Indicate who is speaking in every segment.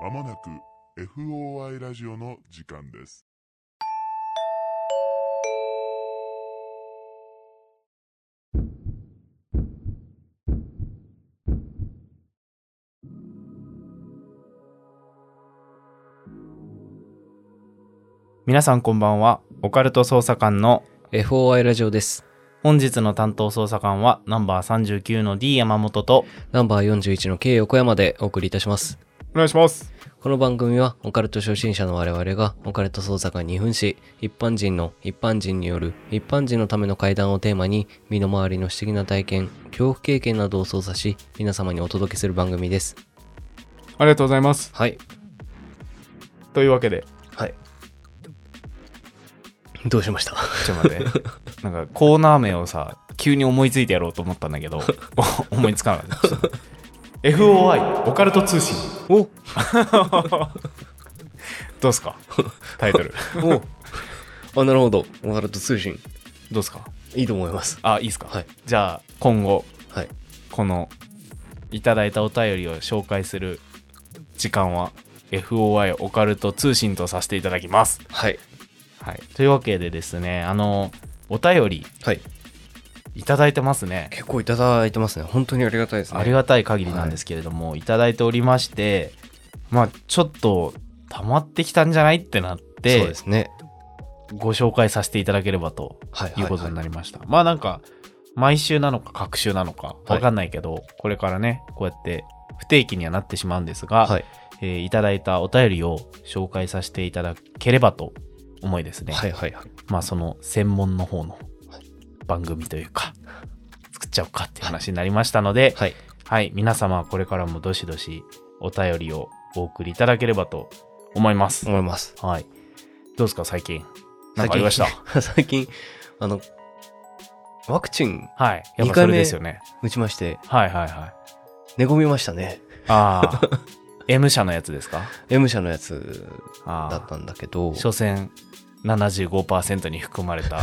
Speaker 1: まもなく FOI ラジオの時間です。
Speaker 2: 皆さんこんばんはオカルト捜査官の
Speaker 3: FOI ラジオです。
Speaker 2: 本日の担当捜査官はナンバー39の D 山本と
Speaker 3: ナンバー41の K 横山でお送りいたします。
Speaker 2: お願いします
Speaker 3: この番組はオカルト初心者の我々がオカルト捜査官に扮し、一般人の一般人による一般人のための会談をテーマに、身の回りの不思議な体験、恐怖経験などを捜査し、皆様にお届けする番組です。
Speaker 2: ありがとうございます
Speaker 3: はい。
Speaker 2: というわけで
Speaker 3: はい。どうしました
Speaker 2: ちょっと待って なんかコーナー名をさ急に思いついてやろうと思ったんだけど 思いつかなかったちょっと FOI オカルト通信
Speaker 3: お
Speaker 2: どうすかタイトル
Speaker 3: あ、なるほど。オカルト通信、
Speaker 2: どうすか
Speaker 3: いいと思います。
Speaker 2: あいいっすか、
Speaker 3: はい
Speaker 2: じゃあ今後
Speaker 3: はい。
Speaker 2: このいただいたお便りを紹介する時間は FOI オカルト通信とさせていただきます。
Speaker 3: はい。
Speaker 2: はい、というわけでですねあのお便り
Speaker 3: はい。
Speaker 2: いただいてますね。
Speaker 3: 結構いただいてますね。本当にありがたいですね。
Speaker 2: ありがたい限りなんですけれども、い、ただいておりましてまあちょっと溜まってきたんじゃないってなっ
Speaker 3: そう
Speaker 2: て
Speaker 3: ですね。
Speaker 2: ご紹介させていただければと
Speaker 3: はい
Speaker 2: いうことにな
Speaker 3: り
Speaker 2: りました。まあなんか毎週なのか隔週なのか
Speaker 3: はい
Speaker 2: わかんないけど、これからねこうやって不定期にはなってしまうんですが、
Speaker 3: はい。
Speaker 2: えーいただいたお便りを紹介させていただければと思いですね、
Speaker 3: はいはいはい。
Speaker 2: まあその専門の方の番組というか作っちゃおうかっていう話になりましたので、
Speaker 3: はい。
Speaker 2: はい、皆様はこれからもどしどしお便りをお送りいただければと思います、
Speaker 3: 思います。
Speaker 2: はいどうですか最近なんかありました
Speaker 3: た。最近、 あの、ワクチン
Speaker 2: はいやっぱ
Speaker 3: 二
Speaker 2: そ
Speaker 3: 回
Speaker 2: れ
Speaker 3: 目
Speaker 2: ですよね
Speaker 3: 打ちまして、
Speaker 2: はいはいはい
Speaker 3: 寝込みましたね。
Speaker 2: ああ M 社のやつですか
Speaker 3: M 社のやつだ
Speaker 2: あ
Speaker 3: っ
Speaker 2: あ
Speaker 3: たんだけど、
Speaker 2: 所詮75%に含まれた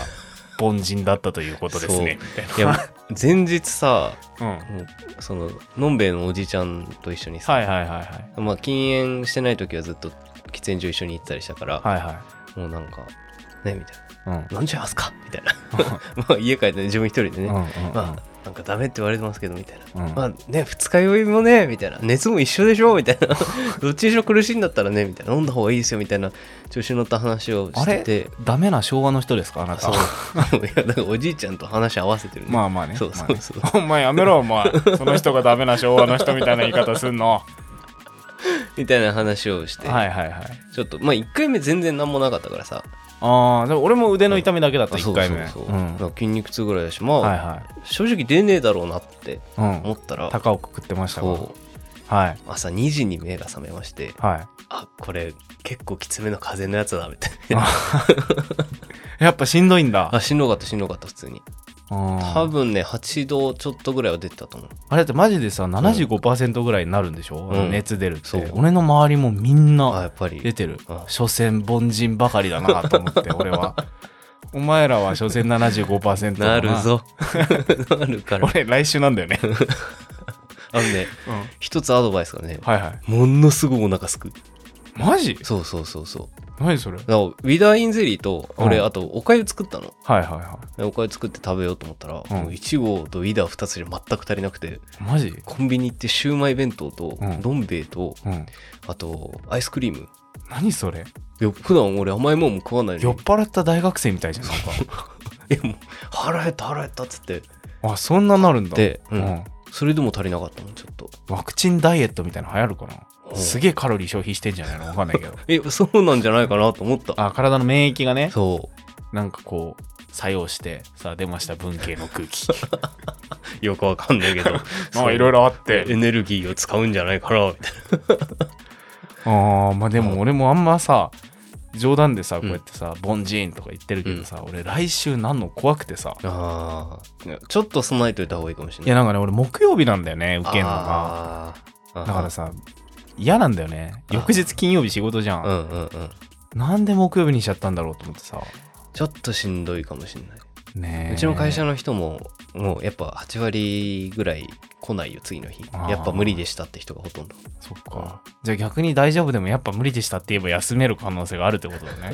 Speaker 2: 凡人だったということですねみたいない
Speaker 3: や、前日さ、
Speaker 2: うん、はい
Speaker 3: もうその、のんべえのおじちゃんと一緒にさ、
Speaker 2: はいはいはい
Speaker 3: まあ、禁煙してない時はずっと喫煙所一緒に行ってたりしたから、
Speaker 2: はいは
Speaker 3: もうなんか、ね、みたい
Speaker 2: いうん
Speaker 3: な。飲んじゃいますかみたいな。 まあ、家帰って自分一人でね、
Speaker 2: うんうん
Speaker 3: まあ、なんかダメって言われてますけど、みたいな。
Speaker 2: うん
Speaker 3: まあね、二日酔いもね、みたいな。熱も一緒でしょみたいな。 どっちにしろ苦しいんだったらね、みたいな。飲んだ方がいいですよ、みたいな。調子に乗った話を
Speaker 2: あ
Speaker 3: して
Speaker 2: れ
Speaker 3: て。
Speaker 2: ダメな昭和の人ですかあなた
Speaker 3: そう。 いや、だからおじいちゃんと話合わせてるね。
Speaker 2: まあまあね
Speaker 3: そうそうそう
Speaker 2: まあねお前やめろお前その人がダメな昭和の人みたいな言い方すん の
Speaker 3: みたいな話をして。
Speaker 2: はいはいはい
Speaker 3: ちょっと、まあ1回目全然何もなかったからさ。
Speaker 2: ああでも俺も腕の痛みだけだった1回目
Speaker 3: そうそう
Speaker 2: う
Speaker 3: そう。
Speaker 2: ん
Speaker 3: だか
Speaker 2: は
Speaker 3: ら筋肉痛ぐらいだし、
Speaker 2: い
Speaker 3: まあ、
Speaker 2: は
Speaker 3: 正直出ねえだろうなって
Speaker 2: いうん
Speaker 3: 思ったら、
Speaker 2: 高をくくってましたから
Speaker 3: そう
Speaker 2: はい
Speaker 3: 朝2時に目が覚めまして、
Speaker 2: は
Speaker 3: あ、これ結構きつめの風邪のやつだ、みたい
Speaker 2: い
Speaker 3: な。
Speaker 2: やっぱしんどいんだ
Speaker 3: あ、しんどかった、しんどかった、普通に。
Speaker 2: うん
Speaker 3: 多分ね、8度ちょっとぐらいは出てたと思う。
Speaker 2: あれだってマジでさ75%ぐらいになるんでしょ、
Speaker 3: うん
Speaker 2: あの熱出るって
Speaker 3: そう
Speaker 2: 俺の周りもみん
Speaker 3: あ、や
Speaker 2: な
Speaker 3: っぱり。
Speaker 2: 出てる
Speaker 3: あ
Speaker 2: 所詮凡人ばかりだなと思って 俺はお前らは所詮75%
Speaker 3: な
Speaker 2: だ
Speaker 3: るぞ。 なるから。
Speaker 2: 俺来週なんだよ ね、
Speaker 3: あのね、一つアドバイスがね、
Speaker 2: はいはい
Speaker 3: ものすごいお腹すく。
Speaker 2: マジ
Speaker 3: そうそうそうそう。
Speaker 2: 何それはい
Speaker 3: だからウィダーインゼリーと、
Speaker 2: うん
Speaker 3: 俺、あと、おかゆ作ったの。
Speaker 2: はいは
Speaker 3: でおかゆ作って食べようと思ったら、
Speaker 2: うん
Speaker 3: もう1号とウィダー2つじゃ全く足りなくて、
Speaker 2: いマジ
Speaker 3: コンビニ行ってシューマイ弁当と
Speaker 2: うん、
Speaker 3: どん兵衛と、
Speaker 2: うん
Speaker 3: あと、アイスクリーム。
Speaker 2: 何それ
Speaker 3: いや普段俺甘いもんも食わない
Speaker 2: 酔
Speaker 3: の
Speaker 2: っ
Speaker 3: に
Speaker 2: 払った大学生みたいじゃんなんか
Speaker 3: いやもう腹減った腹減ったっつって
Speaker 2: あそんななるんだ
Speaker 3: で、う
Speaker 2: うんん、
Speaker 3: それでも足りなかったもんちょっと
Speaker 2: ワクチンダイエットみたいなの流行るか
Speaker 3: う
Speaker 2: なんすげえカロリー消費してんじゃないのわかん ないけど
Speaker 3: えそうなんじゃないかなと思った
Speaker 2: あ体の免疫がね
Speaker 3: そ
Speaker 2: なんかこう作用してさあ出ました文系の空気
Speaker 3: うよくわかんないけど
Speaker 2: まあいろいろあっ
Speaker 3: エ
Speaker 2: て
Speaker 3: ネルギーを使うんじゃないかなみたい
Speaker 2: ああまあでも俺もあんまさ冗談でさ
Speaker 3: ん
Speaker 2: こうやってさ「凡人」とか言ってるけどさ、俺来週なんの怖くてさ
Speaker 3: なあーちょっと備えといた方がいいかもしれ
Speaker 2: い
Speaker 3: ない
Speaker 2: やなんかね俺木曜日なんだよね受けんのが
Speaker 3: あーあー
Speaker 2: だからさ嫌なんだよね翌日金曜日仕事じゃ
Speaker 3: うんんうんうん
Speaker 2: なんで木曜日にしちゃったんだろうと思ってさ
Speaker 3: ちょっとしんどいかもしれない
Speaker 2: ねえ
Speaker 3: うちの会社の人も、もうやっぱ8割ぐらい来ないよ、次の日。
Speaker 2: あー
Speaker 3: やっぱ無理でしたって人がほとんど。
Speaker 2: そっかじゃあ逆に大丈夫でもやっぱ無理でしたって言えば休める可能性があるってことだ ね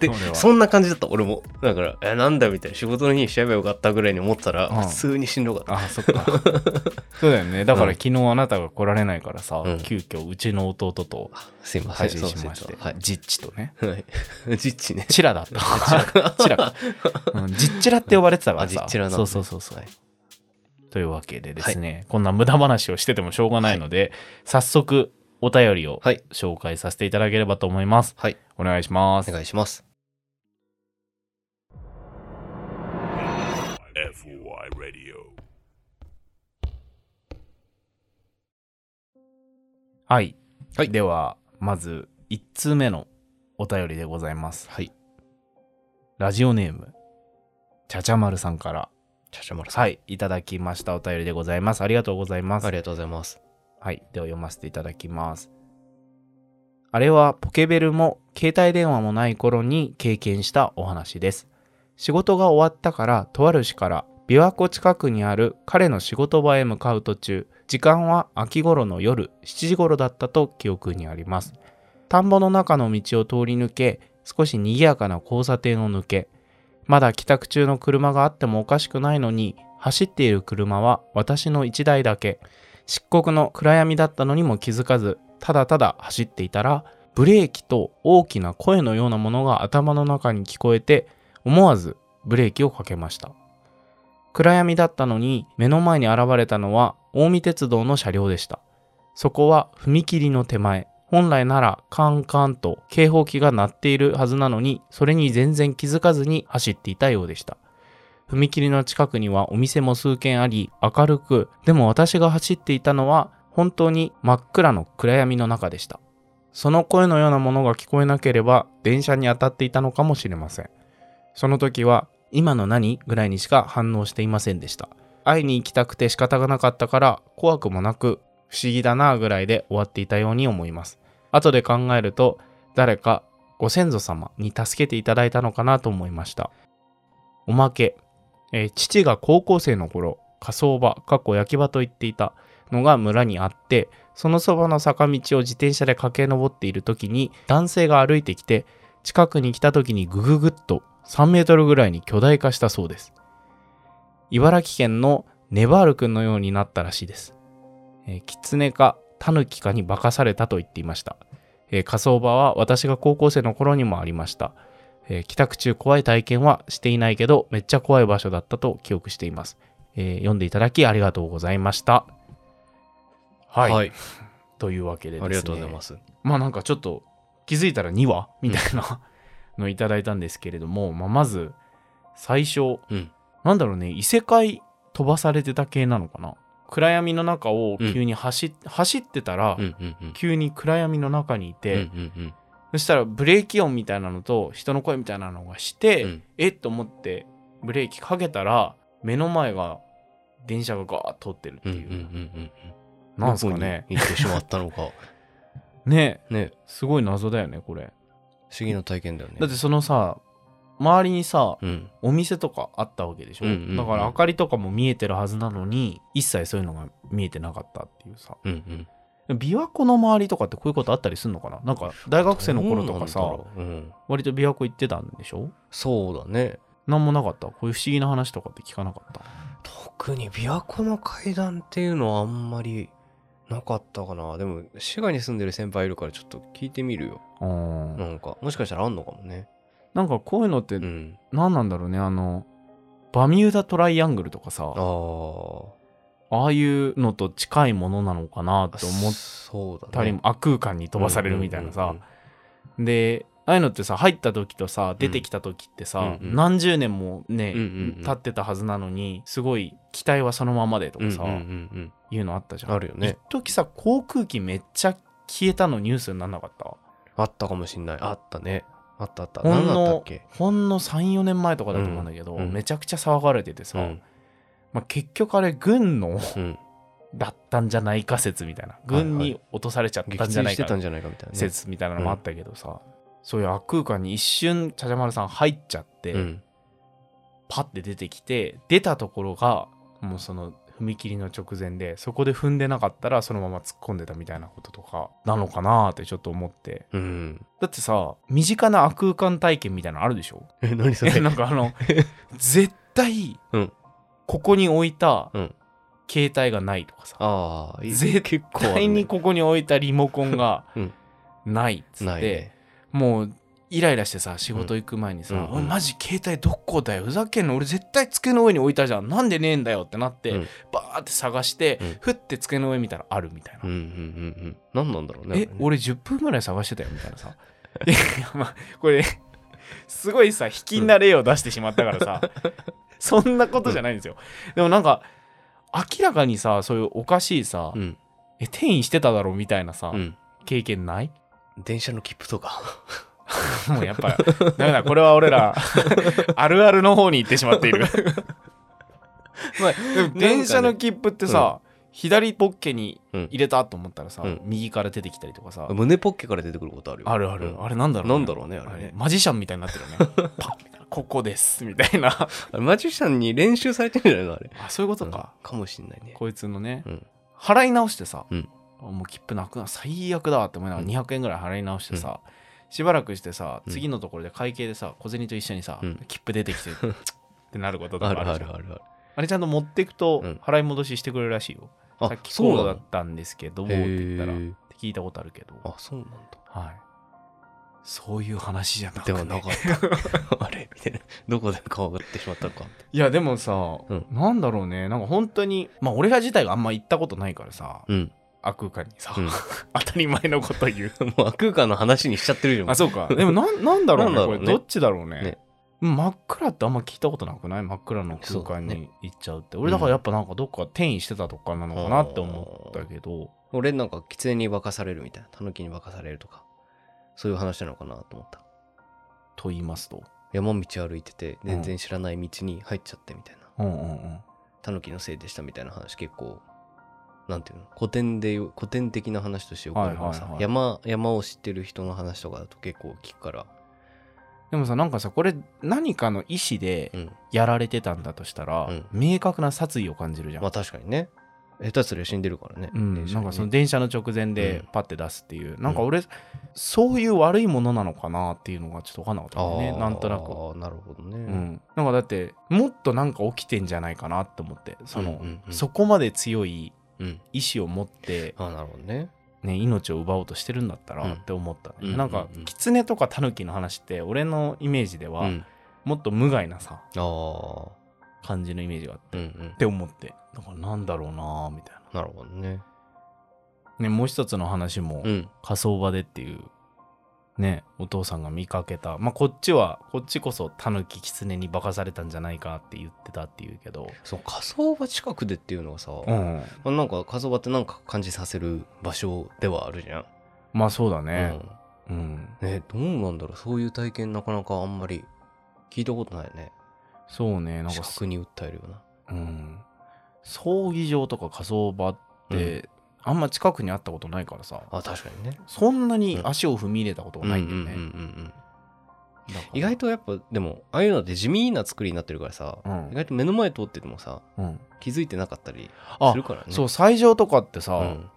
Speaker 3: で
Speaker 2: それは
Speaker 3: そんな感じだった、俺も。だから、え、なんだみたいな、仕事の日にしちゃえばよかったぐらいに思ってたら、
Speaker 2: うん
Speaker 3: 普通にしんどかった。
Speaker 2: あそっか そうだよねだから
Speaker 3: うん
Speaker 2: 昨日あなたが来られないからさ、
Speaker 3: うん
Speaker 2: 急遽うちの弟と
Speaker 3: すいません、
Speaker 2: 配信しまし
Speaker 3: そう
Speaker 2: て
Speaker 3: そうはい。
Speaker 2: 実地とね
Speaker 3: はい。 実地ね。
Speaker 2: チラだった チラか、うん、実チラって呼ばれてたからさ
Speaker 3: あ実チラなんだ
Speaker 2: そうそうそうそう、
Speaker 3: はい
Speaker 2: というわけでですね、こんな無駄話をしててもしょうがないので、早速お便りを
Speaker 3: はい
Speaker 2: 紹介させていただければと思います、
Speaker 3: はい。
Speaker 2: お願いしま
Speaker 3: お
Speaker 2: す
Speaker 3: 願いします。
Speaker 1: FOI Radio
Speaker 2: はい、
Speaker 3: はい
Speaker 2: ではまず1通目のお便りでございます
Speaker 3: はい。
Speaker 2: ラジオネームちゃちゃまるさんから
Speaker 3: チャチャマラさん。
Speaker 2: はいいただきましたお便りでございますありがとうございます
Speaker 3: ありがとうございます。
Speaker 2: はい、では読ませていただきます。あれはポケベルも携帯電話もない頃に経験したお話です。仕事が終わったから、とある市から琵琶湖近くにある彼の仕事場へ向かう途中、時間は秋頃の夜7時頃だったと記憶にあります。田んぼの中の道を通り抜け、少し賑やかな交差点を抜け、まだ帰宅中の車があってもおかしくないのに、走っている車は私の1台だけ。漆黒の暗闇だったのにも気づかずただただ走っていたらブレーキと大きな声のようなものが頭の中に聞こえて思わずブレーキをかけました暗闇だったのに目の前に現れたのは近江鉄道の車両でしたそこは踏切の手前本来ならカンカンと警報機が鳴っているはずなのにそれに全然気づかずに走っていたようでした踏切の近くにはお店も数軒あり明るくでも私が走っていたのは本当に真っ暗の暗闇の中でしたその声のようなものが聞こえなければ電車に当たっていたのかもしれませんその時は今の何ぐらいにしか反応していませんでした会いに行きたくて仕方がなかったから怖くもなく不思議だなぐらいで終わっていたように思います後で考えると誰かご先祖様に助けていただいたのかなと思いましたおまけえー父が高校生の頃火葬場かっこ焼き場と言っていたのが村にあってそのそばの坂道を自転車で駆け上っている時に男性が歩いてきて近くに来た時にグググッと3メートルぐらいに巨大化したそうです茨城県のネバール君のようになったらしいです、えー、キツネかタヌキかに化かされたと言っていました、えー火葬場は私が高校生の頃にもありましたえー帰宅中怖い体験はしていないけど、めっちゃ怖い場所だったと記憶しています。えー読んでいただきありがとうございました。はい。
Speaker 3: はい。
Speaker 2: というわけでですね。
Speaker 3: ありがとうございます。
Speaker 2: まあなんかちょっと気づいたら2話みたいなのいただいたんですけれども、まあ、まず最初、
Speaker 3: うん
Speaker 2: なんだろうね異世界飛ばされてた系なのかな暗闇の中を急に走,、走ってたら、
Speaker 3: うんうんうん。
Speaker 2: 急に暗闇の中にいて、
Speaker 3: うんうんうん
Speaker 2: そしたらブレーキ音みたいなのと人の声みたいなのがして、
Speaker 3: うん
Speaker 2: えっと思ってブレーキかけたら目の前が電車がガーッと通ってるって
Speaker 3: うんうん
Speaker 2: いう、
Speaker 3: うんうんうん。
Speaker 2: なんすかね
Speaker 3: どこに行ってしまったのか。
Speaker 2: ね
Speaker 3: ね
Speaker 2: すごい謎だよねこれ
Speaker 3: 不思議な体験だよね。
Speaker 2: だってそのさ周りにさ
Speaker 3: うん。
Speaker 2: お店とかあったわけでしょ、
Speaker 3: うんうんうん
Speaker 2: だから明かりとかも見えてるはずなのに一切そういうのが見えてなかったっていうさ
Speaker 3: うんうん。
Speaker 2: 琵琶湖の周りとかってこういうことあったりするのかななんか大学生の頃とか
Speaker 3: どうな
Speaker 2: さ
Speaker 3: んだろううん
Speaker 2: 割と琵琶湖行ってたんでしょ
Speaker 3: そうだね。
Speaker 2: なんもなかったこういう不思議な話とかって聞かなかった
Speaker 3: 特に琵琶湖の階段っていうのはあんまりなかったかな。でも、滋賀に住んでる先輩いるからちょっと聞いてみるよ。
Speaker 2: うん
Speaker 3: なんか、もしかしたらあんのかもね。
Speaker 2: なんかこういうのって
Speaker 3: うん。
Speaker 2: 何なんだろうねあのバミューダトライアングルとかさ
Speaker 3: ああ。
Speaker 2: ああいうのと近いものなのかなって思っ
Speaker 3: そうだね。
Speaker 2: たりも悪空間に飛ばされるみたいな
Speaker 3: うんう
Speaker 2: さ
Speaker 3: んうん
Speaker 2: でああいうのってさ入った時とさ出てきた時ってさ、
Speaker 3: うんうん
Speaker 2: 何十年もね、
Speaker 3: うんうんうん
Speaker 2: 経ってたはずなのにすごい期待はそのままでとかさ、
Speaker 3: うんうんうん
Speaker 2: いうのあったじ
Speaker 3: う
Speaker 2: ゃ
Speaker 3: ん
Speaker 2: ん
Speaker 3: あるよね
Speaker 2: 一。時さ航空機めっちゃ消えたのニュースになんなかった
Speaker 3: あったかもしんない。あったね。あったあった。
Speaker 2: ほん
Speaker 3: 何
Speaker 2: の
Speaker 3: だったっけ
Speaker 2: ほんの34年前とかだと思うんだけど、
Speaker 3: うんうん
Speaker 2: めちゃくちゃ騒がれててさ、
Speaker 3: うん。
Speaker 2: まあ、結局あれ軍の
Speaker 3: うん。
Speaker 2: だったんじゃないか説みたいな
Speaker 3: はい
Speaker 2: 軍に落とされちゃった
Speaker 3: 撃
Speaker 2: んじゃ
Speaker 3: 墜
Speaker 2: な
Speaker 3: し
Speaker 2: い
Speaker 3: てた
Speaker 2: か
Speaker 3: んじゃないかみたいなね。
Speaker 2: 説みたいなのもあったけどさ、そういう悪空間に一瞬ちゃちゃまるさん入っちゃって、
Speaker 3: うん。
Speaker 2: パッて出てきて出たところがもうその踏切の直前でそこで踏んでなかったらそのまま突っ込んでたみたいなこととかなのかなーってちょっと思って
Speaker 3: うん。
Speaker 2: だってさ身近な悪空間体験みたいなのあるでしょ
Speaker 3: え、何それ
Speaker 2: えなんかあの絶対
Speaker 3: うん
Speaker 2: ここに置いた
Speaker 3: うん
Speaker 2: 携帯がないとかさ、
Speaker 3: ああ、い
Speaker 2: 絶
Speaker 3: 結構あるね
Speaker 2: 絶対にここに置いたリモコンが
Speaker 3: うん
Speaker 2: ないっつって、
Speaker 3: ないね。
Speaker 2: もうイライラしてさ仕事行く前にさ「
Speaker 3: うんうん
Speaker 2: おいマジ携帯どこだよふざけんの俺絶対机の上に置いたじゃんなんでねえんだよ」ってなって、
Speaker 3: うん
Speaker 2: バーって探して、
Speaker 3: うん
Speaker 2: ふって机の上見たらあるみたいな。
Speaker 3: うんうんうんうん。何なんだろうね。あれ
Speaker 2: え
Speaker 3: ね、
Speaker 2: 俺10分ぐらい探してたよみたいなさ いやまあこれすごいさ卑近な例を出してしまったから さ、そんなことじゃないんですよ、でもなんか明らかにさそういうおかしいさ、
Speaker 3: うん。
Speaker 2: え転移してただろみたいなさ、
Speaker 3: うん。
Speaker 2: 経験ない
Speaker 3: 電車の切符とか。
Speaker 2: もうやっぱダメだこれは俺らあるあるの方に行ってしまっている
Speaker 3: まあ、
Speaker 2: でも電車
Speaker 3: なん
Speaker 2: の切符ってさ、左ポッケに
Speaker 3: うん
Speaker 2: 入れたと思ったらさ、
Speaker 3: うん
Speaker 2: 右から出てきたりとかさ、
Speaker 3: 胸ポッケから出てくることあるよ。
Speaker 2: あるある、
Speaker 3: うん
Speaker 2: あれなんだろう
Speaker 3: なんだろうねあれね
Speaker 2: マジシャンみたいになってるよね パッみたいなここですみたいな
Speaker 3: あれマジシャンに練習されてるんじゃないのあれ。
Speaker 2: あそういうことか、
Speaker 3: うんかもしんないね。
Speaker 2: こいつのね、
Speaker 3: うん
Speaker 2: 払い直してさ、
Speaker 3: うん
Speaker 2: もう切符なくな最悪だって思いながら200円ぐらい払い直してさ、しばらくしてさ
Speaker 3: うん
Speaker 2: 次のところで会計でさ小銭と一緒にさ、
Speaker 3: うん
Speaker 2: 切符出てき てってなることとか
Speaker 3: あ
Speaker 2: あ
Speaker 3: る
Speaker 2: るじゃん
Speaker 3: あるあるある。
Speaker 2: あれちゃんと持ってくと
Speaker 3: うん
Speaker 2: 払い戻ししてくれるらしいよ、さっき
Speaker 3: そう
Speaker 2: コー
Speaker 3: な
Speaker 2: ドだ
Speaker 3: の
Speaker 2: ったんですけどもっ
Speaker 3: へ
Speaker 2: て
Speaker 3: ー
Speaker 2: 言ったらって聞いたことあるけど
Speaker 3: あ、そうなんだ。
Speaker 2: はいそういう話じゃなくて
Speaker 3: ではなか った。あれみたいな。どこで顔がってしまったのかって。
Speaker 2: いやでもさ、
Speaker 3: うん
Speaker 2: なんだろうねなんか本当にまあ俺ら自体があんま行ったことないからさ、
Speaker 3: うん。
Speaker 2: 悪空間にさ、
Speaker 3: うん
Speaker 2: 当たり前のこと言う
Speaker 3: もう悪空間の話にしちゃってるじゃん。
Speaker 2: あそうかでも なんなんだろうね
Speaker 3: なんだろう
Speaker 2: これ
Speaker 3: ね
Speaker 2: どっちだろうね
Speaker 3: ね
Speaker 2: 真っ暗ってあんま聞いたことなくない真っ暗の空間に行っちゃうって俺だからやっぱなんかどっか転移してたとかなのかなって思ったけど、
Speaker 3: 俺なんか狐に化かされるみたいな。狸に化かされるとか。そういう話なのかなと思った。
Speaker 2: と言いますと
Speaker 3: 山道歩いてて、全然知らない道に入っちゃってみたいな。
Speaker 2: うんうんうん
Speaker 3: 狸のせいでしたみたいな話結構なんていうの古典で古典的な話としてよくあるから
Speaker 2: はい
Speaker 3: さ、
Speaker 2: はいはい
Speaker 3: 山山を知ってる人の話とかだと結構聞くから
Speaker 2: でもさなんかさこれ何かの意思で
Speaker 3: うん
Speaker 2: やられてたんだとしたら、
Speaker 3: うん
Speaker 2: 明確な殺意を感じるじゃん、
Speaker 3: まあ確かにね下手すりゃ死んでるからね、
Speaker 2: うん、
Speaker 3: 電車
Speaker 2: な
Speaker 3: にね
Speaker 2: んかその電車の直前で
Speaker 3: うん
Speaker 2: パッて出すっていう、なんか俺、そういう悪いものなのかなっていうのがちょっと分かんなかったんだよね
Speaker 3: あー
Speaker 2: なんとなく、
Speaker 3: なるほどね、
Speaker 2: うん、なんかだってもっとなんか起きてんじゃないかなって思ってその、
Speaker 3: うんうんうん
Speaker 2: そこまで強い
Speaker 3: うん
Speaker 2: 意志を持って、
Speaker 3: ああなるほどね
Speaker 2: ね、命を奪おうとしてるんだったら
Speaker 3: うん
Speaker 2: って思ったね、
Speaker 3: うんうんうん
Speaker 2: なんか狐とか狸の話って俺のイメージで
Speaker 3: う
Speaker 2: は、
Speaker 3: ん
Speaker 2: もっと無害なさ
Speaker 3: ああ
Speaker 2: 感じのイメージがあっ
Speaker 3: うんう
Speaker 2: っ
Speaker 3: ん
Speaker 2: て思ってだからなんだろうなーみたい
Speaker 3: なるほどね
Speaker 2: な、ね、もう一つの話も、
Speaker 3: うん
Speaker 2: 火葬場でっていうねお父さんが見かけたまあこっちはこっちこそタヌキキツネに化かされたんじゃないかって言ってたっていうけど
Speaker 3: そう火葬場近くでっていうのはさ、
Speaker 2: うん
Speaker 3: まあなんか火葬場ってなんか感じさせる場所ではあるじゃん、
Speaker 2: まあそうだね
Speaker 3: うん
Speaker 2: うん、
Speaker 3: ねどうなんだろうそういう体験なかなかあんまり聞いたことないよね
Speaker 2: そうねなん
Speaker 3: 視
Speaker 2: か
Speaker 3: 覚に訴えるような
Speaker 2: うん葬儀場とか火葬場って、あんま近くにあったことないからさ
Speaker 3: あ確かにね
Speaker 2: そんなに足を踏み入れたことがないんだよ
Speaker 3: うんう
Speaker 2: ね
Speaker 3: んうんうん
Speaker 2: だから
Speaker 3: 意外とやっぱでもああいうのって地味な作りになってるからさ、
Speaker 2: うん
Speaker 3: 意外と目の前通っててもさ
Speaker 2: うん
Speaker 3: 気づいてなかったり
Speaker 2: あ
Speaker 3: するからね
Speaker 2: そう斎場とかってさ、
Speaker 3: うん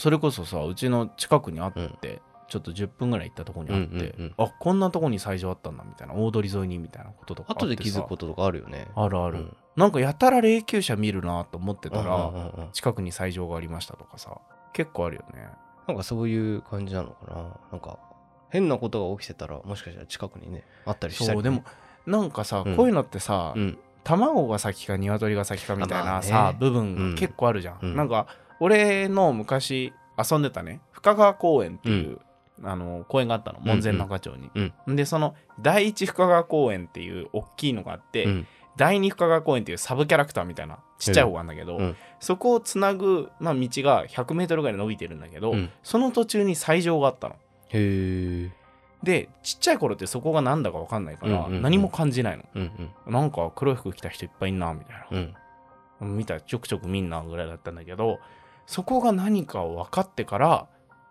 Speaker 2: それこそさうちの近くにあって、ちょっと10分ぐらい行ったとこにあって、
Speaker 3: うんうんうん
Speaker 2: あこんなとこに最初あったんだみたいな大通り沿いにみたいなこととかあってさ
Speaker 3: 後で気づくこととかあるよね
Speaker 2: あるあ
Speaker 3: あ
Speaker 2: る、なんかやたら霊柩車見るなと思ってた、
Speaker 3: だからら
Speaker 2: 近くに斎場がありましたとかさ結構あるよね
Speaker 3: なんかそういう感じなのかななんか変なことが起きてたらもしかしたら近くにねあったりしたりね、
Speaker 2: そうでもなんかさ、
Speaker 3: うん
Speaker 2: こういうのってさ、
Speaker 3: うん
Speaker 2: 卵が先か鶏が先かみたい
Speaker 3: あまあ
Speaker 2: な
Speaker 3: ね
Speaker 2: さ、部分
Speaker 3: うん
Speaker 2: が結構あるじゃん、
Speaker 3: うん
Speaker 2: なんか俺の昔遊んでたね深川公園っていう、あの公園があったの門前仲町に、
Speaker 3: うん
Speaker 2: でその第一深川公園っていう大きいのがあって、
Speaker 3: うん
Speaker 2: 第二深川公園っていうサブキャラクターみたいなちっちゃい方があるんだけど、
Speaker 3: うん
Speaker 2: そこをつなぐ、まあ、道が 100m ぐらい伸びてるんだけど、
Speaker 3: うん
Speaker 2: その途中に斎場があったの
Speaker 3: へえ
Speaker 2: でちっちゃい頃ってそこが何だか分かんないから、
Speaker 3: うんうんうん
Speaker 2: 何も感じないの
Speaker 3: うんうん
Speaker 2: なんか黒い服着た人いっぱいいんなみたいな、
Speaker 3: うん
Speaker 2: 見たらちょくちょく見んなぐらいだったんだけどそこが何かを分かってから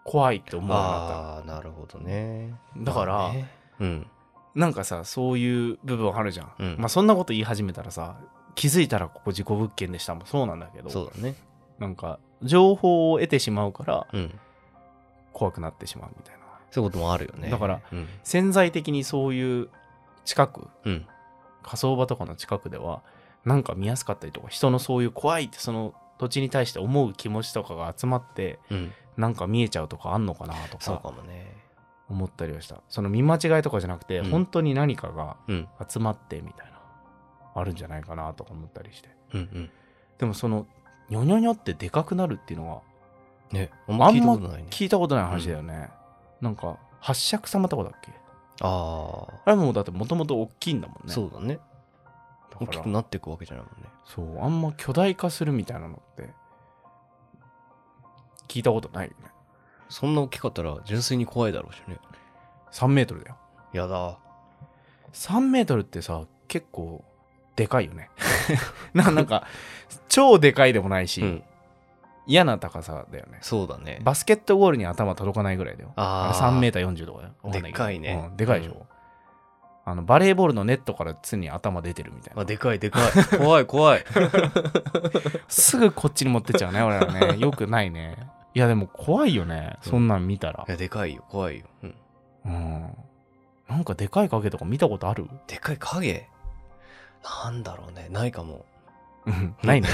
Speaker 2: 怖いって思うようになっ
Speaker 3: ああーなるほどね
Speaker 2: ただから、
Speaker 3: まあねうん
Speaker 2: あなんかさそういう部分あるじゃん、
Speaker 3: うん
Speaker 2: まあそんなこと言い始めたらさ気づいたらここ事故物件でしたもそうなんだけど
Speaker 3: そうだね。
Speaker 2: なんか情報を得てしまうから
Speaker 3: うん。
Speaker 2: 怖くなってしまうみたいな
Speaker 3: そういうこともあるよね。
Speaker 2: だから、
Speaker 3: うん。
Speaker 2: 潜在的にそういう近く
Speaker 3: うん。
Speaker 2: 火葬場とかの近くではなんか見やすかったりとか人のそういう怖いってその土地に対して思う気持ちとかが集まって
Speaker 3: うん。
Speaker 2: なんか見えちゃうとかあんのかなと
Speaker 3: そう
Speaker 2: か
Speaker 3: かもね。
Speaker 2: 思ったりはしたその見間違いとかじゃなくて、
Speaker 3: うん
Speaker 2: 本当に何かが
Speaker 3: うん。
Speaker 2: 集まってみたいなあるんじゃないかなとか思ったりして
Speaker 3: うんうん。
Speaker 2: でもそのニョニョニョってでかくなるっていうのは
Speaker 3: ね、あんま聞いたことないね。
Speaker 2: 聞いたことない話だよね、なんか八尺様とかだっけ
Speaker 3: ああ、
Speaker 2: あれもだってもともと大きいんだもんね
Speaker 3: そうだね。
Speaker 2: だ
Speaker 3: 大
Speaker 2: か
Speaker 3: き
Speaker 2: ら
Speaker 3: くなっていくわけじゃないもんね。
Speaker 2: そうあんま巨大化するみたいなのって聞いたことないよね
Speaker 3: そんな大きかったら純粋に怖いだろうしね。
Speaker 2: 3メートルだよ
Speaker 3: やだ。
Speaker 2: 3メートルってさ結構でかいよね ななんか超でかいでもないし、
Speaker 3: うん。
Speaker 2: 嫌な高さだよね
Speaker 3: そうだね。
Speaker 2: バスケットゴールに頭届かないぐらいだよ
Speaker 3: あ
Speaker 2: あれ
Speaker 3: ー
Speaker 2: 3メーター40とかだよわんな
Speaker 3: で
Speaker 2: けど
Speaker 3: っかいね
Speaker 2: うんでかいでしょ、あのバレーボールのネットから常に頭出てるみたいな
Speaker 3: あ、でかいでか い。怖い怖い。
Speaker 2: すぐこっちに持ってっちゃうね俺ら ねよくないねいやでも怖いよねそんなん見たら
Speaker 3: いや、でかいよ、怖いよ。うん。
Speaker 2: うんなんかでかい影とか見たことある
Speaker 3: でかい影なんだろうね。ないかも。
Speaker 2: うんないね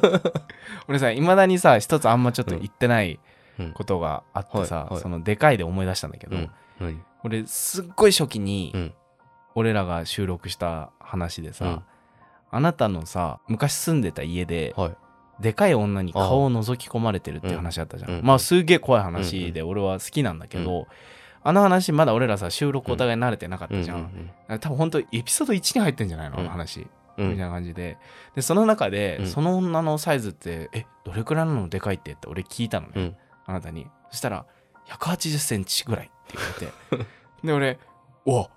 Speaker 2: 俺さいまだにさ一つあんまちょっと言ってない
Speaker 3: うん。
Speaker 2: ことがあって
Speaker 3: うんは
Speaker 2: さ
Speaker 3: いはい
Speaker 2: そのでかいで思い出したんだけど、
Speaker 3: うん。何
Speaker 2: 俺すっごい初期に、
Speaker 3: うん。
Speaker 2: 俺らが収録した話でさ、
Speaker 3: うん
Speaker 2: あなたのさ昔住んでた家で、
Speaker 3: はい。
Speaker 2: でかい女に顔を覗き込まれてるっていう話あったじゃん、
Speaker 3: うん
Speaker 2: まあすげえ怖い話で俺は好きなんだけど、あの話まだ俺らさ収録お互い慣れてなかったじゃん、多分本当エピソード1に入ってんじゃないの、
Speaker 3: うん
Speaker 2: あの話、
Speaker 3: うん。う
Speaker 2: みたい
Speaker 3: ん。
Speaker 2: な感じででその中で、
Speaker 3: うん
Speaker 2: その女のサイズってえどれくらいなのでかいってって俺聞いたのね、
Speaker 3: うん。
Speaker 2: あなたにそしたら180センチぐらいって言われて で俺「お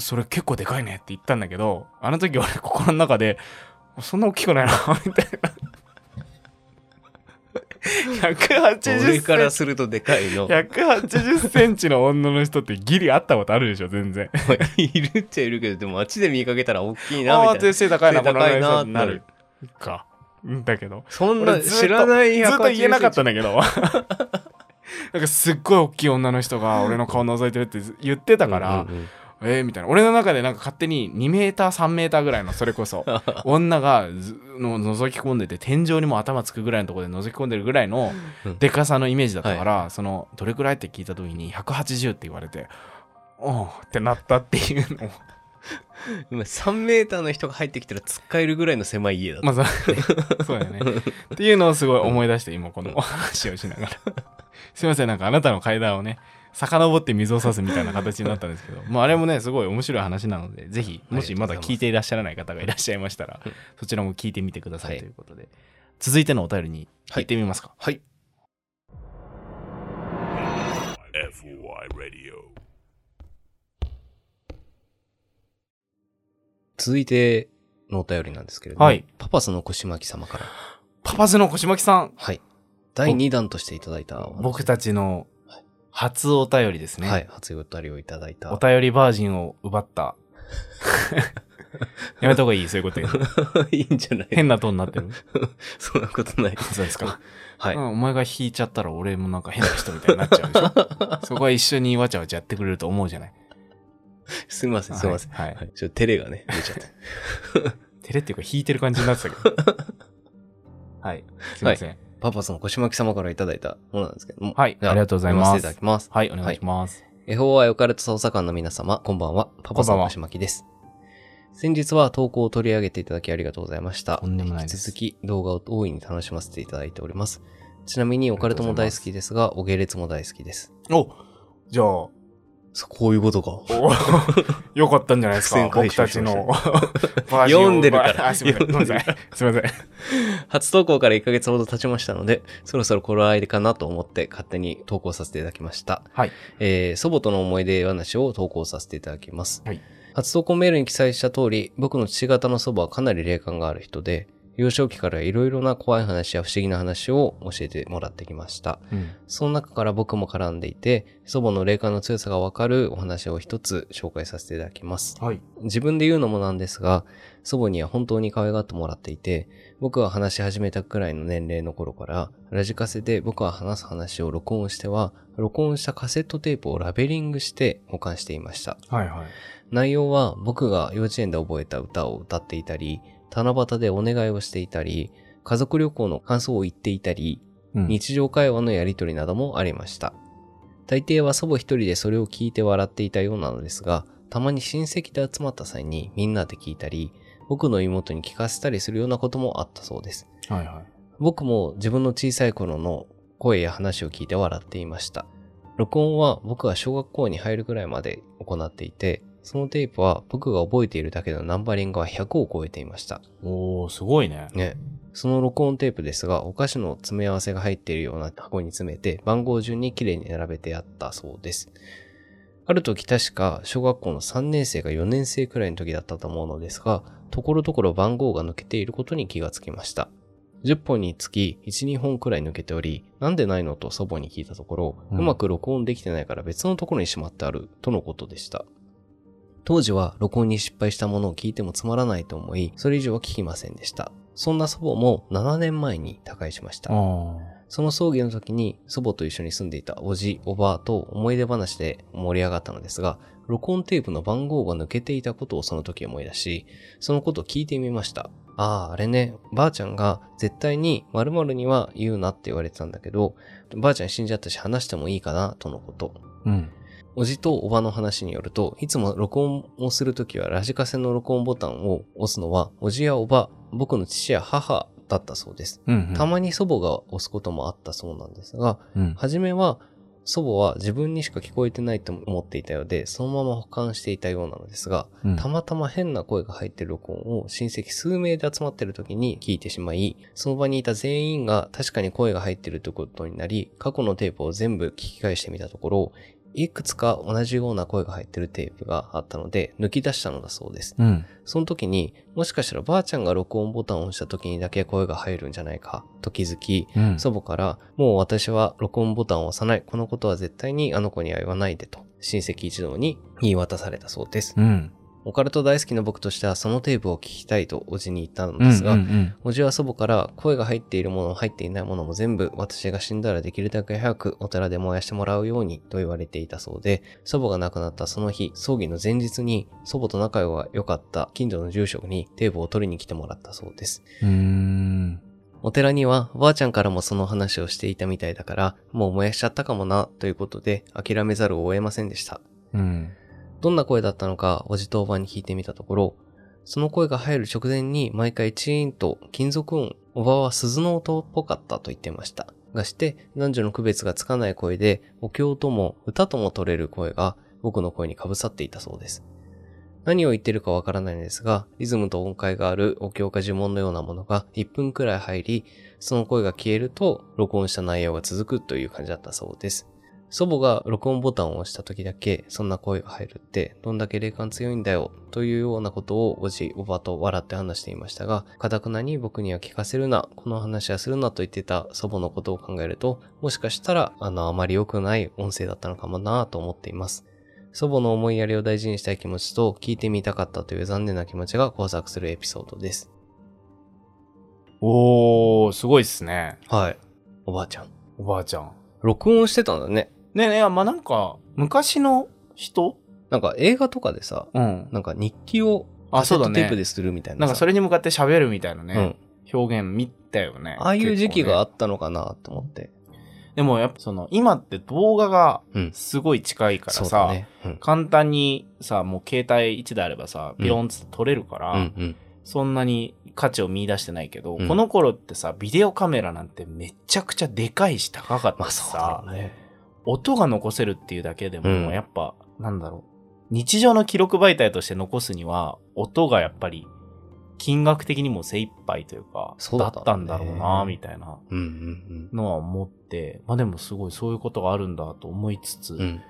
Speaker 2: それ結構でかいね」って言ったんだけどあの時俺心の中で「そんな大きくない な」みたいな180セ
Speaker 3: 俺
Speaker 2: ン
Speaker 3: から
Speaker 2: チ
Speaker 3: するとでかいの。
Speaker 2: 180センチの女の人ってギリ会ったことあるでしょ全然
Speaker 3: いるっちゃいるけど、でも街で見かけたら大きいな、
Speaker 2: ああ
Speaker 3: みた
Speaker 2: ー
Speaker 3: いな。
Speaker 2: 背高いな
Speaker 3: 背
Speaker 2: この
Speaker 3: 高いな
Speaker 2: 人になるかだけど
Speaker 3: そん
Speaker 2: 俺
Speaker 3: な
Speaker 2: ずっと
Speaker 3: 知らない
Speaker 2: ずっと言えなかったん
Speaker 3: ね。
Speaker 2: だけど なんかすっごい大きい女の人が俺の顔覗いてるって言ってたから、
Speaker 3: うんうんうん
Speaker 2: えー、みたいな俺の中でなんか勝手に2メーター3メーターぐらいのそれこ そ女がずの覗き込んでて天井にも頭つくぐらいのところで覗き込んでるぐらいの
Speaker 3: うん
Speaker 2: でかさのイメージだったから、そのどれぐらいって聞いた時に180って言われておうってなったっていうのを
Speaker 3: 今3メーターの人が入ってきたら突っかえるぐらいの狭い家だった。
Speaker 2: ま ずそうだよねっていうのをすごい思い出して今このお話をしながら すいませんなんかあなたの階段をね遡って水を差すみたいな形になったんです けど、まあ、あれもねすごい面白い話なのでぜひもしまだ聞いていらっしゃらない方がいらっしゃいましたら
Speaker 3: うん
Speaker 2: そちらも聞いてみてくださ
Speaker 3: はいい
Speaker 2: ということで、続いてのお便りに行ってみますか、
Speaker 3: はい。
Speaker 1: FOI Radio
Speaker 3: 続いてのお便りなんですけれども、
Speaker 2: はい
Speaker 3: パパスの腰巻き様から、
Speaker 2: パパズの小島木さん
Speaker 3: はい。第2弾としていただいたお話、
Speaker 2: 僕たちの初お便りですね、
Speaker 3: はい、初お便りをいただいた。
Speaker 2: お便りバージンを奪った やめた方がいいそういうこと言うの
Speaker 3: いいんじゃない
Speaker 2: 変なトーンになって る
Speaker 3: そんなことない。
Speaker 2: そうですか
Speaker 3: はい
Speaker 2: うん。お前が引いちゃったら俺もなんか変な人みたいになっちゃう でしょそこは一緒にわちゃわちゃやってくれると思うじゃない
Speaker 3: すいません、すいません。
Speaker 2: はいはい
Speaker 3: はい、ちょっと照れがね、出ちゃって。
Speaker 2: 照れっていうか引いてる感じになってたけどはいすいませんはい、
Speaker 3: パパスの腰巻き様からいただいたものなんですけども。
Speaker 2: はい
Speaker 3: じゃ
Speaker 2: ありがとうございます
Speaker 3: 読せていただきます。
Speaker 2: お願いします、
Speaker 3: FOI オカルト捜査官の皆様、こんばんは。パパさん、腰巻きです。先日は投稿を取り上げていただきありがとうございました。
Speaker 2: とんでもないです
Speaker 3: 引き続き動画を大いに楽しませていただいております。ちなみにオカルトも大好きですが、お下劣も大好きです。
Speaker 2: おじゃあお
Speaker 3: そうこういうことか。
Speaker 2: よかったんじゃないですか
Speaker 3: 伏線回
Speaker 2: 僕
Speaker 3: 収
Speaker 2: た
Speaker 3: し
Speaker 2: ち
Speaker 3: ました
Speaker 2: のバージンを
Speaker 3: 読んでるから
Speaker 2: あすいませんごめんなさいすいません
Speaker 3: 初投稿から1ヶ月ほど経ちましたので、そろそろ頃合いかなと思って勝手に投稿させていただきました。
Speaker 2: はい
Speaker 3: えー祖母との思い出話を投稿させていただきます。
Speaker 2: はい
Speaker 3: 初投稿メールに記載した通り、僕の父方の祖母はかなり霊感がある人で、幼少期からいろいろな怖い話や不思議な話を教えてもらってきました。
Speaker 2: うん。
Speaker 3: その中から僕も絡んでいて、祖母の霊感の強さがわかるお話を一つ紹介させていただきます。
Speaker 2: はい。
Speaker 3: 自分で言うのもなんですが、祖母には本当に可愛がってもらっていて、僕が話し始めたくらいの年齢の頃から、ラジカセで僕が話す話を録音しては、録音したカセットテープをラベリングして保管していました。
Speaker 2: はいはい。
Speaker 3: 内容は僕が幼稚園で覚えた歌を歌っていたり、七夕でお願いをしていたり、家族旅行の感想を言っていたり、
Speaker 2: うん
Speaker 3: 日常会話のやりとりなどもありました。大抵は祖母一人でそれを聞いて笑っていたようなのですが、たまに親戚で集まった際にみんなで聞いたり、僕の妹に聞かせたりするようなこともあったそうです。
Speaker 2: はいはい。
Speaker 3: 僕も自分の小さい頃の声や話を聞いて笑っていました。録音は僕が小学校に入るくらいまで行っていて、そのテープは僕が覚えているだけのナンバリングは100を超えていました。
Speaker 2: おー、すごいね。
Speaker 3: ね。その録音テープですが、お菓子の詰め合わせが入っているような箱に詰めて、番号順に綺麗に並べてあったそうです。ある時確か、小学校の3年生か4年生くらいの時だったと思うのですが、ところどころ番号が抜けていることに気がつきました。10本につき1、2本くらい抜けており、なんでないのと祖母に聞いたところ、
Speaker 2: う
Speaker 3: うんまく録音できてないから別のところにしまってある、とのことでした。当時は録音に失敗したものを聞いてもつまらないと思い、それ以上は聞きませんでした。そんな祖母も7年前に他界しまし
Speaker 2: あ
Speaker 3: た。
Speaker 2: ー。
Speaker 3: その葬儀の時に祖母と一緒に住んでいたおじ、おばあと思い出話で盛り上がったのですが、録音テープの番号が抜けていたことをその時思い出し、そのことを聞いてみました。ああ、あれね、ばあちゃんが絶対に〇〇には言うなって言われてたんだけど、ばあちゃん死んじゃったし話してもいいかな、とのこと。
Speaker 2: うん。
Speaker 3: おじとおばの話によると、いつも録音をするときはラジカセの録音ボタンを押すのは、おじやおば、僕の父や母だったそうです。
Speaker 2: うんうん。
Speaker 3: たまに祖母が押すこともあったそうなんですが、
Speaker 2: うん。
Speaker 3: 初めは祖母は自分にしか聞こえてないと思っていたようで、そのまま保管していたようなのですが、
Speaker 2: うん
Speaker 3: たまたま変な声が入ってる録音を親戚数名で集まってる時に聞いてしまい、その場にいた全員が確かに声が入ってるということになり、過去のテープを全部聞き返してみたところ、いくつか同じような声が入ってるテープがあったので、抜き出したのだそうです。
Speaker 2: うん。
Speaker 3: その時に、もしかしたらばあちゃんが録音ボタンを押した時にだけ声が入るんじゃないか、と気づき、
Speaker 2: うん。
Speaker 3: 祖母から、もう私は録音ボタンを押さない。このことは絶対にあの子には言わないでと、親戚一同に言い渡されたそうです。
Speaker 2: うん。
Speaker 3: オカルト大好きな僕としてはそのテープを聞きたいとおじに言ったの
Speaker 2: うん。
Speaker 3: ですが、
Speaker 2: うんうん
Speaker 3: おじは祖母から声が入っているもの、入っていないものも全部私が死んだらできるだけ早くお寺で燃やしてもらうようにと言われていたそうで、祖母が亡くなったその日、葬儀の前日に祖母と仲が良かった近所の住職にテープを取りに来てもらったそうです。
Speaker 2: うーん。
Speaker 3: お寺には、おばあちゃんからもその話をしていたみたいだから、もう燃やしちゃったかもな、ということで、諦めざるを得ませんでした。
Speaker 2: うん。
Speaker 3: どんな声だったのか、おじとおばに聞いてみたところ、その声が入る直前に毎回チーンと金属音、おばは鈴の音っぽかったと言ってました。がして、男女の区別がつかない声で、お経とも歌とも取れる声が僕の声にかぶさっていたそうです。何を言ってるかわからないのですが、リズムと音階があるお経か呪文のようなものが1分くらい入り、その声が消えると、録音した内容が続くという感じだったそうです。祖母が録音ボタンを押した時だけ、そんな声が入るって、どんだけ霊感強いんだよ、というようなことをおじ、おばと笑って話していましたが、かたくなに僕には聞かせるな、この話はするなと言ってた祖母のことを考えると、もしかしたら、あの、あまり良くない音声だったのかもなぁと思っています。祖母の思いやりを大事にしたい気持ちと、聞いてみたかったという残念な気持ちが交錯するエピソードです。
Speaker 2: おー、すごいっすね。
Speaker 3: はい。おばあちゃん。
Speaker 2: おばあちゃん。
Speaker 3: 録音してたんだね。
Speaker 2: ねえねえ、まあ、なんか、昔の人
Speaker 3: なんか映画とかでさ、
Speaker 2: うん。
Speaker 3: なんか日記を
Speaker 2: あ
Speaker 3: カセ
Speaker 2: そう
Speaker 3: ッ
Speaker 2: だ
Speaker 3: ト
Speaker 2: ね
Speaker 3: テープでするみたいな
Speaker 2: なんかそ
Speaker 3: れ
Speaker 2: れに向かって喋るみたいなね、
Speaker 3: うん、
Speaker 2: 表現見たよね。
Speaker 3: ああいう時期があ
Speaker 2: 結
Speaker 3: ったのかなと思って
Speaker 2: 構ねでもやっぱその、今って動画が
Speaker 3: うん
Speaker 2: すごい近いから
Speaker 3: そう
Speaker 2: さ、
Speaker 3: だねうん
Speaker 2: 簡単にさ、もう携帯1であればさ、ビロンつって撮れるから、
Speaker 3: うんうん
Speaker 2: そんなに価値を見出してないけど、
Speaker 3: うん
Speaker 2: この頃ってさ、ビデオカメラなんてめちゃくちゃでかいし高かっ
Speaker 3: ま
Speaker 2: た
Speaker 3: あ
Speaker 2: し
Speaker 3: そうだ
Speaker 2: さ
Speaker 3: ろ、うね
Speaker 2: 音が残せるっていうだけでも、
Speaker 3: うん
Speaker 2: やっぱ、なんだろう。日常の記録媒体として残すには、音がやっぱり、金額的にも精一杯というか、
Speaker 3: そうだったね
Speaker 2: ったんだろうな、みたいな
Speaker 3: うんうん
Speaker 2: のは思って、まあでもすごいそういうことがあるんだと思いつつ、
Speaker 3: うん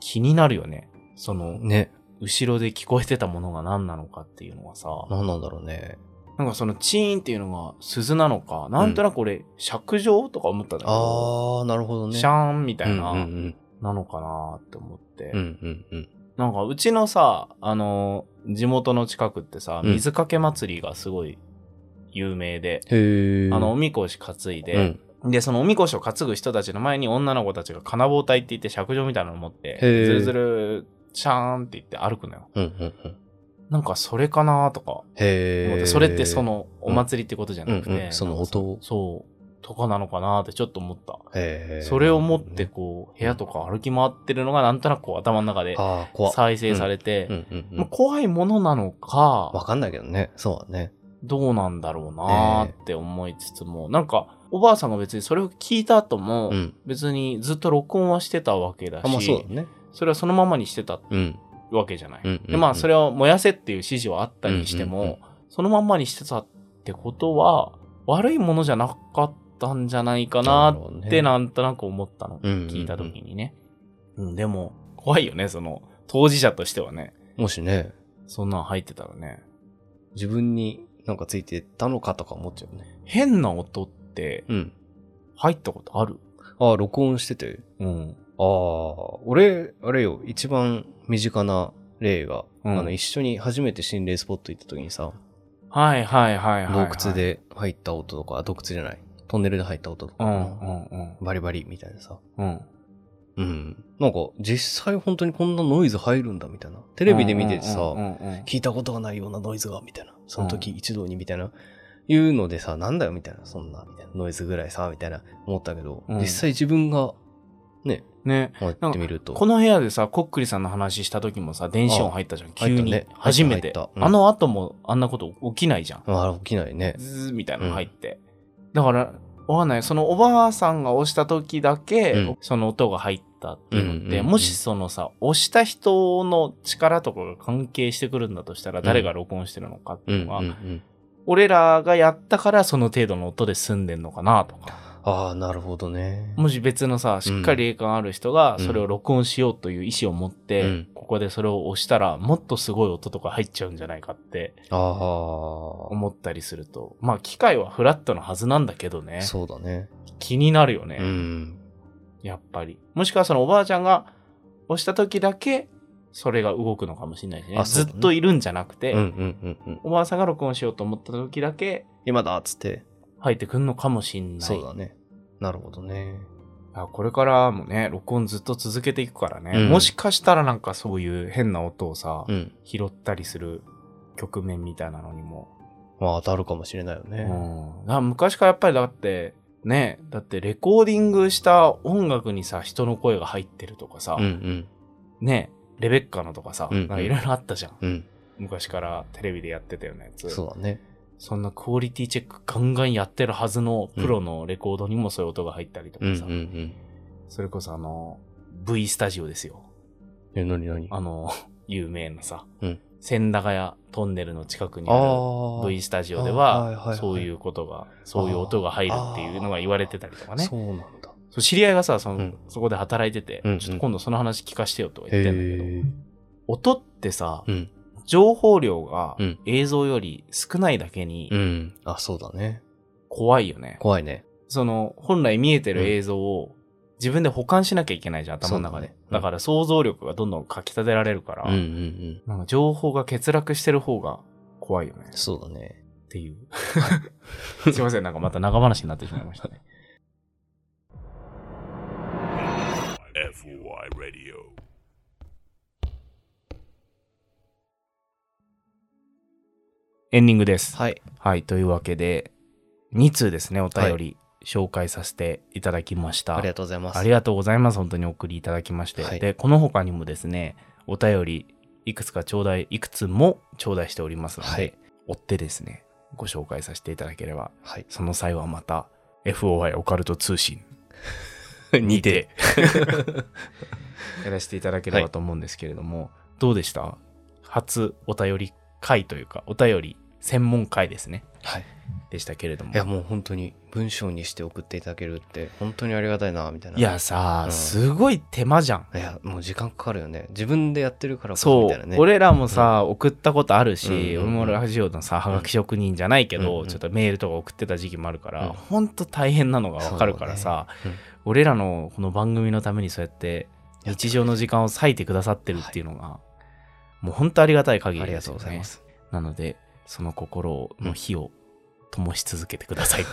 Speaker 2: 気になるよね。その
Speaker 3: うん、ね
Speaker 2: 後ろで聞こえてたものが何なのかっていうのはさ、
Speaker 3: 何なんだろうね
Speaker 2: なんかそのチーンっていうのが鈴なのか、なんとなく俺、尺状とか思ったんだけど、
Speaker 3: あー、なるほどね。
Speaker 2: シャーンみた
Speaker 3: う
Speaker 2: い
Speaker 3: んうんう
Speaker 2: な、
Speaker 3: ん。
Speaker 2: なのかなって思って、
Speaker 3: うんうんうん。
Speaker 2: なんかうちのさ、あの、地元の近くってさ、
Speaker 3: うん
Speaker 2: 水かけ祭りがすごい有名で、
Speaker 3: へえ。
Speaker 2: あの、おみこし担い
Speaker 3: うん、
Speaker 2: で、で、そのおみこしを担ぐ人たちの前に女の子たちが金棒隊って言って尺状みたいなのを持って、
Speaker 3: へー
Speaker 2: ずるずる、シャーンって言って歩くのよ。
Speaker 3: うんうんうん。
Speaker 2: なんかそれかなとか
Speaker 3: へ
Speaker 2: 思っ
Speaker 3: え
Speaker 2: て。それってそ、のお祭りってことじゃなくて、
Speaker 3: うんうんうんその音
Speaker 2: なんかそうとかなのかなってちょっと思った、
Speaker 3: へー
Speaker 2: それを持って、こう部屋とか歩き回ってるのがなんとなくこう頭の中で
Speaker 3: ああ、怖っ
Speaker 2: 再生されて、
Speaker 3: うんうんう
Speaker 2: まあ
Speaker 3: ん。
Speaker 2: 怖いものなの
Speaker 3: わ
Speaker 2: か
Speaker 3: かんないけどね。そうだね。
Speaker 2: どうなんだろうなーって思いつつも、なんかおばあさんが別にそれを聞いた後も、
Speaker 3: うん。
Speaker 2: 別にずっと録音はしてたわけだし、
Speaker 3: あ、まあそうだね。
Speaker 2: それはそのままにしてた
Speaker 3: うん。
Speaker 2: わけじゃない。
Speaker 3: うんうんうん
Speaker 2: でまあそれを燃やせっていう指示はあったにしても、
Speaker 3: うんうんうん
Speaker 2: そのまんまにしてたってことは悪いものじゃなかったんじゃないかな
Speaker 3: るほ
Speaker 2: っ
Speaker 3: ど
Speaker 2: て
Speaker 3: ね
Speaker 2: なんとなく思ったの、
Speaker 3: うんうんうん
Speaker 2: 聞いた時にね、うん、でも怖いよねその当事者としてはね
Speaker 3: もしね、
Speaker 2: そんなん入ってたらね
Speaker 3: 自分になんかついてたのかとか思っちゃうね。
Speaker 2: 変な音って
Speaker 3: うん。
Speaker 2: 入ったことある
Speaker 3: ああ、録音してて。
Speaker 2: うん
Speaker 3: ああ、俺、あれよ、一番身近な例が、
Speaker 2: うん
Speaker 3: あの、一緒に初めて心霊スポット行った時にさ、
Speaker 2: はいはいはいはい、はい、
Speaker 3: 洞窟で入った音とか、あ洞窟じゃない、トンネルで入った音と
Speaker 2: う
Speaker 3: か、
Speaker 2: んうんうん
Speaker 3: バリバリみたいなさ、
Speaker 2: うん
Speaker 3: うん。なんか、実際本当にこんなノイズ入るんだみたいな。テレビで見ててさ、
Speaker 2: うんうん
Speaker 3: 聞いたことがないようなノイズが、みたいな。その時一度に、みたいな。いうのでさ、なんだよ、みたいな。そんな、みたいな。ノイズぐらいさ、みたいな。思ったけど、
Speaker 2: うん
Speaker 3: 実際自分が、ね、
Speaker 2: ね
Speaker 3: やってみると。
Speaker 2: この部屋でさ、コックリさんの話した時もさ、電子音入ったじゃん。急に。
Speaker 3: 入ったね
Speaker 2: 初めて、
Speaker 3: 入った入ったうん
Speaker 2: あの後もあんなこと起きないじゃん。
Speaker 3: ああ、起きないね。
Speaker 2: ズーみたいなの入って。だから、わかんない。そのおばあさんが押した時だけ、
Speaker 3: うん
Speaker 2: その音が入ったっていうのって、
Speaker 3: うんうんうん
Speaker 2: もしそのさ、押した人の力とかが関係してくるんだとしたら、
Speaker 3: ん
Speaker 2: 誰が録音してるのかって
Speaker 3: う
Speaker 2: いう
Speaker 3: ん、うん、
Speaker 2: のは、
Speaker 3: うん。
Speaker 2: 俺らがやったからその程度の音で済んでんのかなとか。
Speaker 3: ああ、なるほどね。
Speaker 2: もし別のさ、しっかり霊感ある人が、
Speaker 3: うん
Speaker 2: それを録音しようという意思を持って、
Speaker 3: うん
Speaker 2: ここでそれを押したら、もっとすごい音とか入っちゃうんじゃないかって
Speaker 3: ああ、
Speaker 2: 思ったりすると、まあ機械はフラットのはずなんだけどね、
Speaker 3: そうだね。
Speaker 2: 気になるよね、
Speaker 3: うん。
Speaker 2: やっぱり。もしくはそのおばあちゃんが押した時だけ、それが動くのかもしれないしね。
Speaker 3: あそ
Speaker 2: ず
Speaker 3: うだ
Speaker 2: っ
Speaker 3: ね
Speaker 2: といるんじゃなくて、
Speaker 3: うん、うん、うん、うん。
Speaker 2: おばあさんが録音しようと思った時だけ
Speaker 3: 今だっつって。
Speaker 2: 入ってくんのかもしんない。
Speaker 3: そうだね。なるほどね。
Speaker 2: あこれからもね、録音ずっと続けていくからね、
Speaker 3: うん
Speaker 2: もしかしたらなんかそういう変な音をさ、
Speaker 3: うん。
Speaker 2: 拾ったりする局面みたいなのにも。
Speaker 3: まあ、当たるかもしれないよ
Speaker 2: う
Speaker 3: ね。
Speaker 2: ん、だ昔からやっぱりだって、ね、だってレコーディングした音楽にさ、人の声が入ってるとかさ、
Speaker 3: うん、うん、
Speaker 2: ね、レベッカのとかさ、
Speaker 3: うんうん
Speaker 2: なんかいろいろあったじゃん。
Speaker 3: うん。
Speaker 2: 昔からテレビでやってたようなやつ。
Speaker 3: そうだね。
Speaker 2: そんなクオリティチェックガンガンやってるはずのプロのレコードにもそういう音が入ったりと
Speaker 3: うん、
Speaker 2: かさ、
Speaker 3: うん、うん。
Speaker 2: それこそあの、V スタジオですよ。
Speaker 3: え、なになに
Speaker 2: あの、 有名なさ、
Speaker 3: うん
Speaker 2: 千駄ヶ谷トンネルの近くにあ
Speaker 3: あ
Speaker 2: る V スタジオで
Speaker 3: あはいはいは
Speaker 2: は、
Speaker 3: い
Speaker 2: そういうことが、そういう音が入るっていうのが言われてたりとか
Speaker 3: あ、
Speaker 2: ね
Speaker 3: そ。うなんだ。
Speaker 2: そう知り合いがさ、その、
Speaker 3: うん
Speaker 2: そこで働いてて、
Speaker 3: うんうん
Speaker 2: ちょっと今度その話聞かしてよとか言ってんだけど、
Speaker 3: へえ。
Speaker 2: 音ってさ、
Speaker 3: うん、
Speaker 2: 情報量が
Speaker 3: うん
Speaker 2: 映像より少ないだけに
Speaker 3: うん。あ、そうだね。
Speaker 2: 怖いよね。
Speaker 3: 怖いね。
Speaker 2: その、本来見えてる映像を自分で保管しなきゃいけないじゃん、頭の中で。
Speaker 3: そ
Speaker 2: だ
Speaker 3: うだねうん
Speaker 2: から想像力がどんどんかき立てられるから、
Speaker 3: うん、うん、うん。
Speaker 2: なんか情報が欠落してる方が怖いよね。
Speaker 3: そうだね。
Speaker 2: っていう。 すいません、なんかまた長話になってしまいましたね。
Speaker 1: FOI Radio
Speaker 2: エンディングです。
Speaker 3: はい。
Speaker 2: はい、というわけで、2通ですね、お便り紹介させていただきました。
Speaker 3: ありがとうございます。
Speaker 2: ありがとうございます。本当にお送りいただきまして。
Speaker 3: はい
Speaker 2: で、この他にもですね、お便り、いくつか頂戴、いくつも頂戴しておりますので、
Speaker 3: はい
Speaker 2: 追ってですね、ご紹介させていただければ、
Speaker 3: はい。
Speaker 2: その際はまた、FOI オカルト通信
Speaker 3: 似
Speaker 2: に
Speaker 3: て。
Speaker 2: て やらせていただければと思うんですけれども、どうでした初お便り会というかお便り専門会ですね
Speaker 3: はい。
Speaker 2: でしたけれども
Speaker 3: いやもう本当に文章にして送っていただけるって本当にありがたいなみたいない
Speaker 2: やさ、
Speaker 3: うん
Speaker 2: すごい手間じゃん
Speaker 3: いやもう時間かかるよね自分でやってるからこそ
Speaker 2: そ
Speaker 3: み
Speaker 2: う、
Speaker 3: たいなね
Speaker 2: 俺らもさ、送ったことあるし、俺
Speaker 3: うんうんうん
Speaker 2: もラジオのさはがき職人じゃないけど、
Speaker 3: うんうん
Speaker 2: ちょっとメールとか送ってた時期もあるから、
Speaker 3: うん
Speaker 2: ほんと大変なのがわかるからさ、
Speaker 3: そうね
Speaker 2: 俺らのこの番組のためにそうやって日常の時間を割いてくださってるっていうのが、もうほんとありがたい限り
Speaker 3: あり
Speaker 2: で
Speaker 3: が
Speaker 2: す
Speaker 3: とう
Speaker 2: よ
Speaker 3: ご
Speaker 2: ね
Speaker 3: ざいます
Speaker 2: なのでその心の火を灯し続けてくだ さい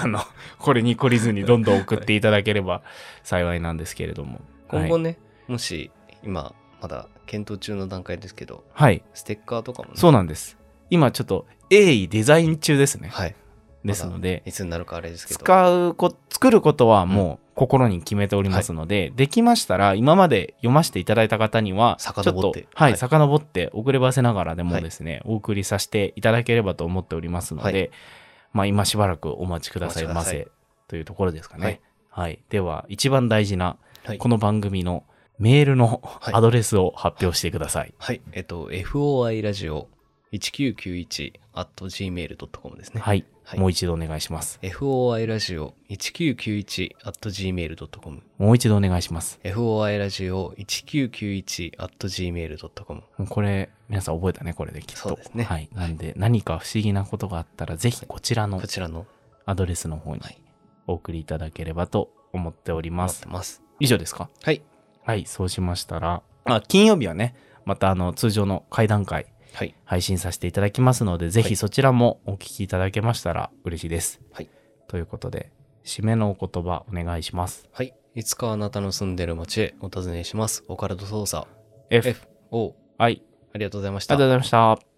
Speaker 2: あのこれに懲りずにどんどん送っていただければ幸いなんですけれども
Speaker 3: 今後ね、もし今まだ検討中の段階ですけど
Speaker 2: はい
Speaker 3: ステッカーとかもね
Speaker 2: そうなんです。今ちょっと鋭意デザイン中ですね。
Speaker 3: はい
Speaker 2: ですので、
Speaker 3: いつになるかあれですけど
Speaker 2: 使うこ、作ることはもう心に決めておりますので、できましたら、今まで読ませていただいた方には、ちょっ
Speaker 3: 遡
Speaker 2: と
Speaker 3: って、
Speaker 2: は
Speaker 3: はい
Speaker 2: い、遡って、遅ればせながらでもですね、お送りさせていただければと思っておりますので、
Speaker 3: はい
Speaker 2: まあ、今しばらくお待ちくださいま
Speaker 3: お待ち
Speaker 2: せ、というところですかね。
Speaker 3: は
Speaker 2: はいい。では、一番大事な、
Speaker 3: はい
Speaker 2: この番組のメールの
Speaker 3: い
Speaker 2: アドレスを発表してください。
Speaker 3: はいえっと FOI ラジオ1991 at gmail.com ですね
Speaker 2: はい。
Speaker 3: はい
Speaker 2: もう一度お願いします。
Speaker 3: FOI ラジオ1991 at gmail.com
Speaker 2: もう一度お願いします。
Speaker 3: FOI ラジオ1991 at gmail.com
Speaker 2: これ皆さん覚えたねこれできっと
Speaker 3: そうですね
Speaker 2: はい、なんで何か不思議なことがあったらぜひこちらの
Speaker 3: こちらの
Speaker 2: アドレスの方に
Speaker 3: はい
Speaker 2: お送りいただければと思っておりま
Speaker 3: 待っ
Speaker 2: す
Speaker 3: てます
Speaker 2: 以上ですか
Speaker 3: はい
Speaker 2: はいそうしましたら、まあ、金曜日はねまたあの通常の会談会
Speaker 3: はい
Speaker 2: 配信させていただきますのでぜ
Speaker 3: はい
Speaker 2: ひそちらもお聞きいただけましたら嬉しいです、
Speaker 3: はい
Speaker 2: ということで締めのお言葉お願いします
Speaker 3: はいいつかあなたの住んでる街へお尋ねしますオカルト捜査
Speaker 2: F,
Speaker 3: F O
Speaker 2: I
Speaker 3: ありがとうございまし
Speaker 2: あ
Speaker 3: た
Speaker 2: りがとうございました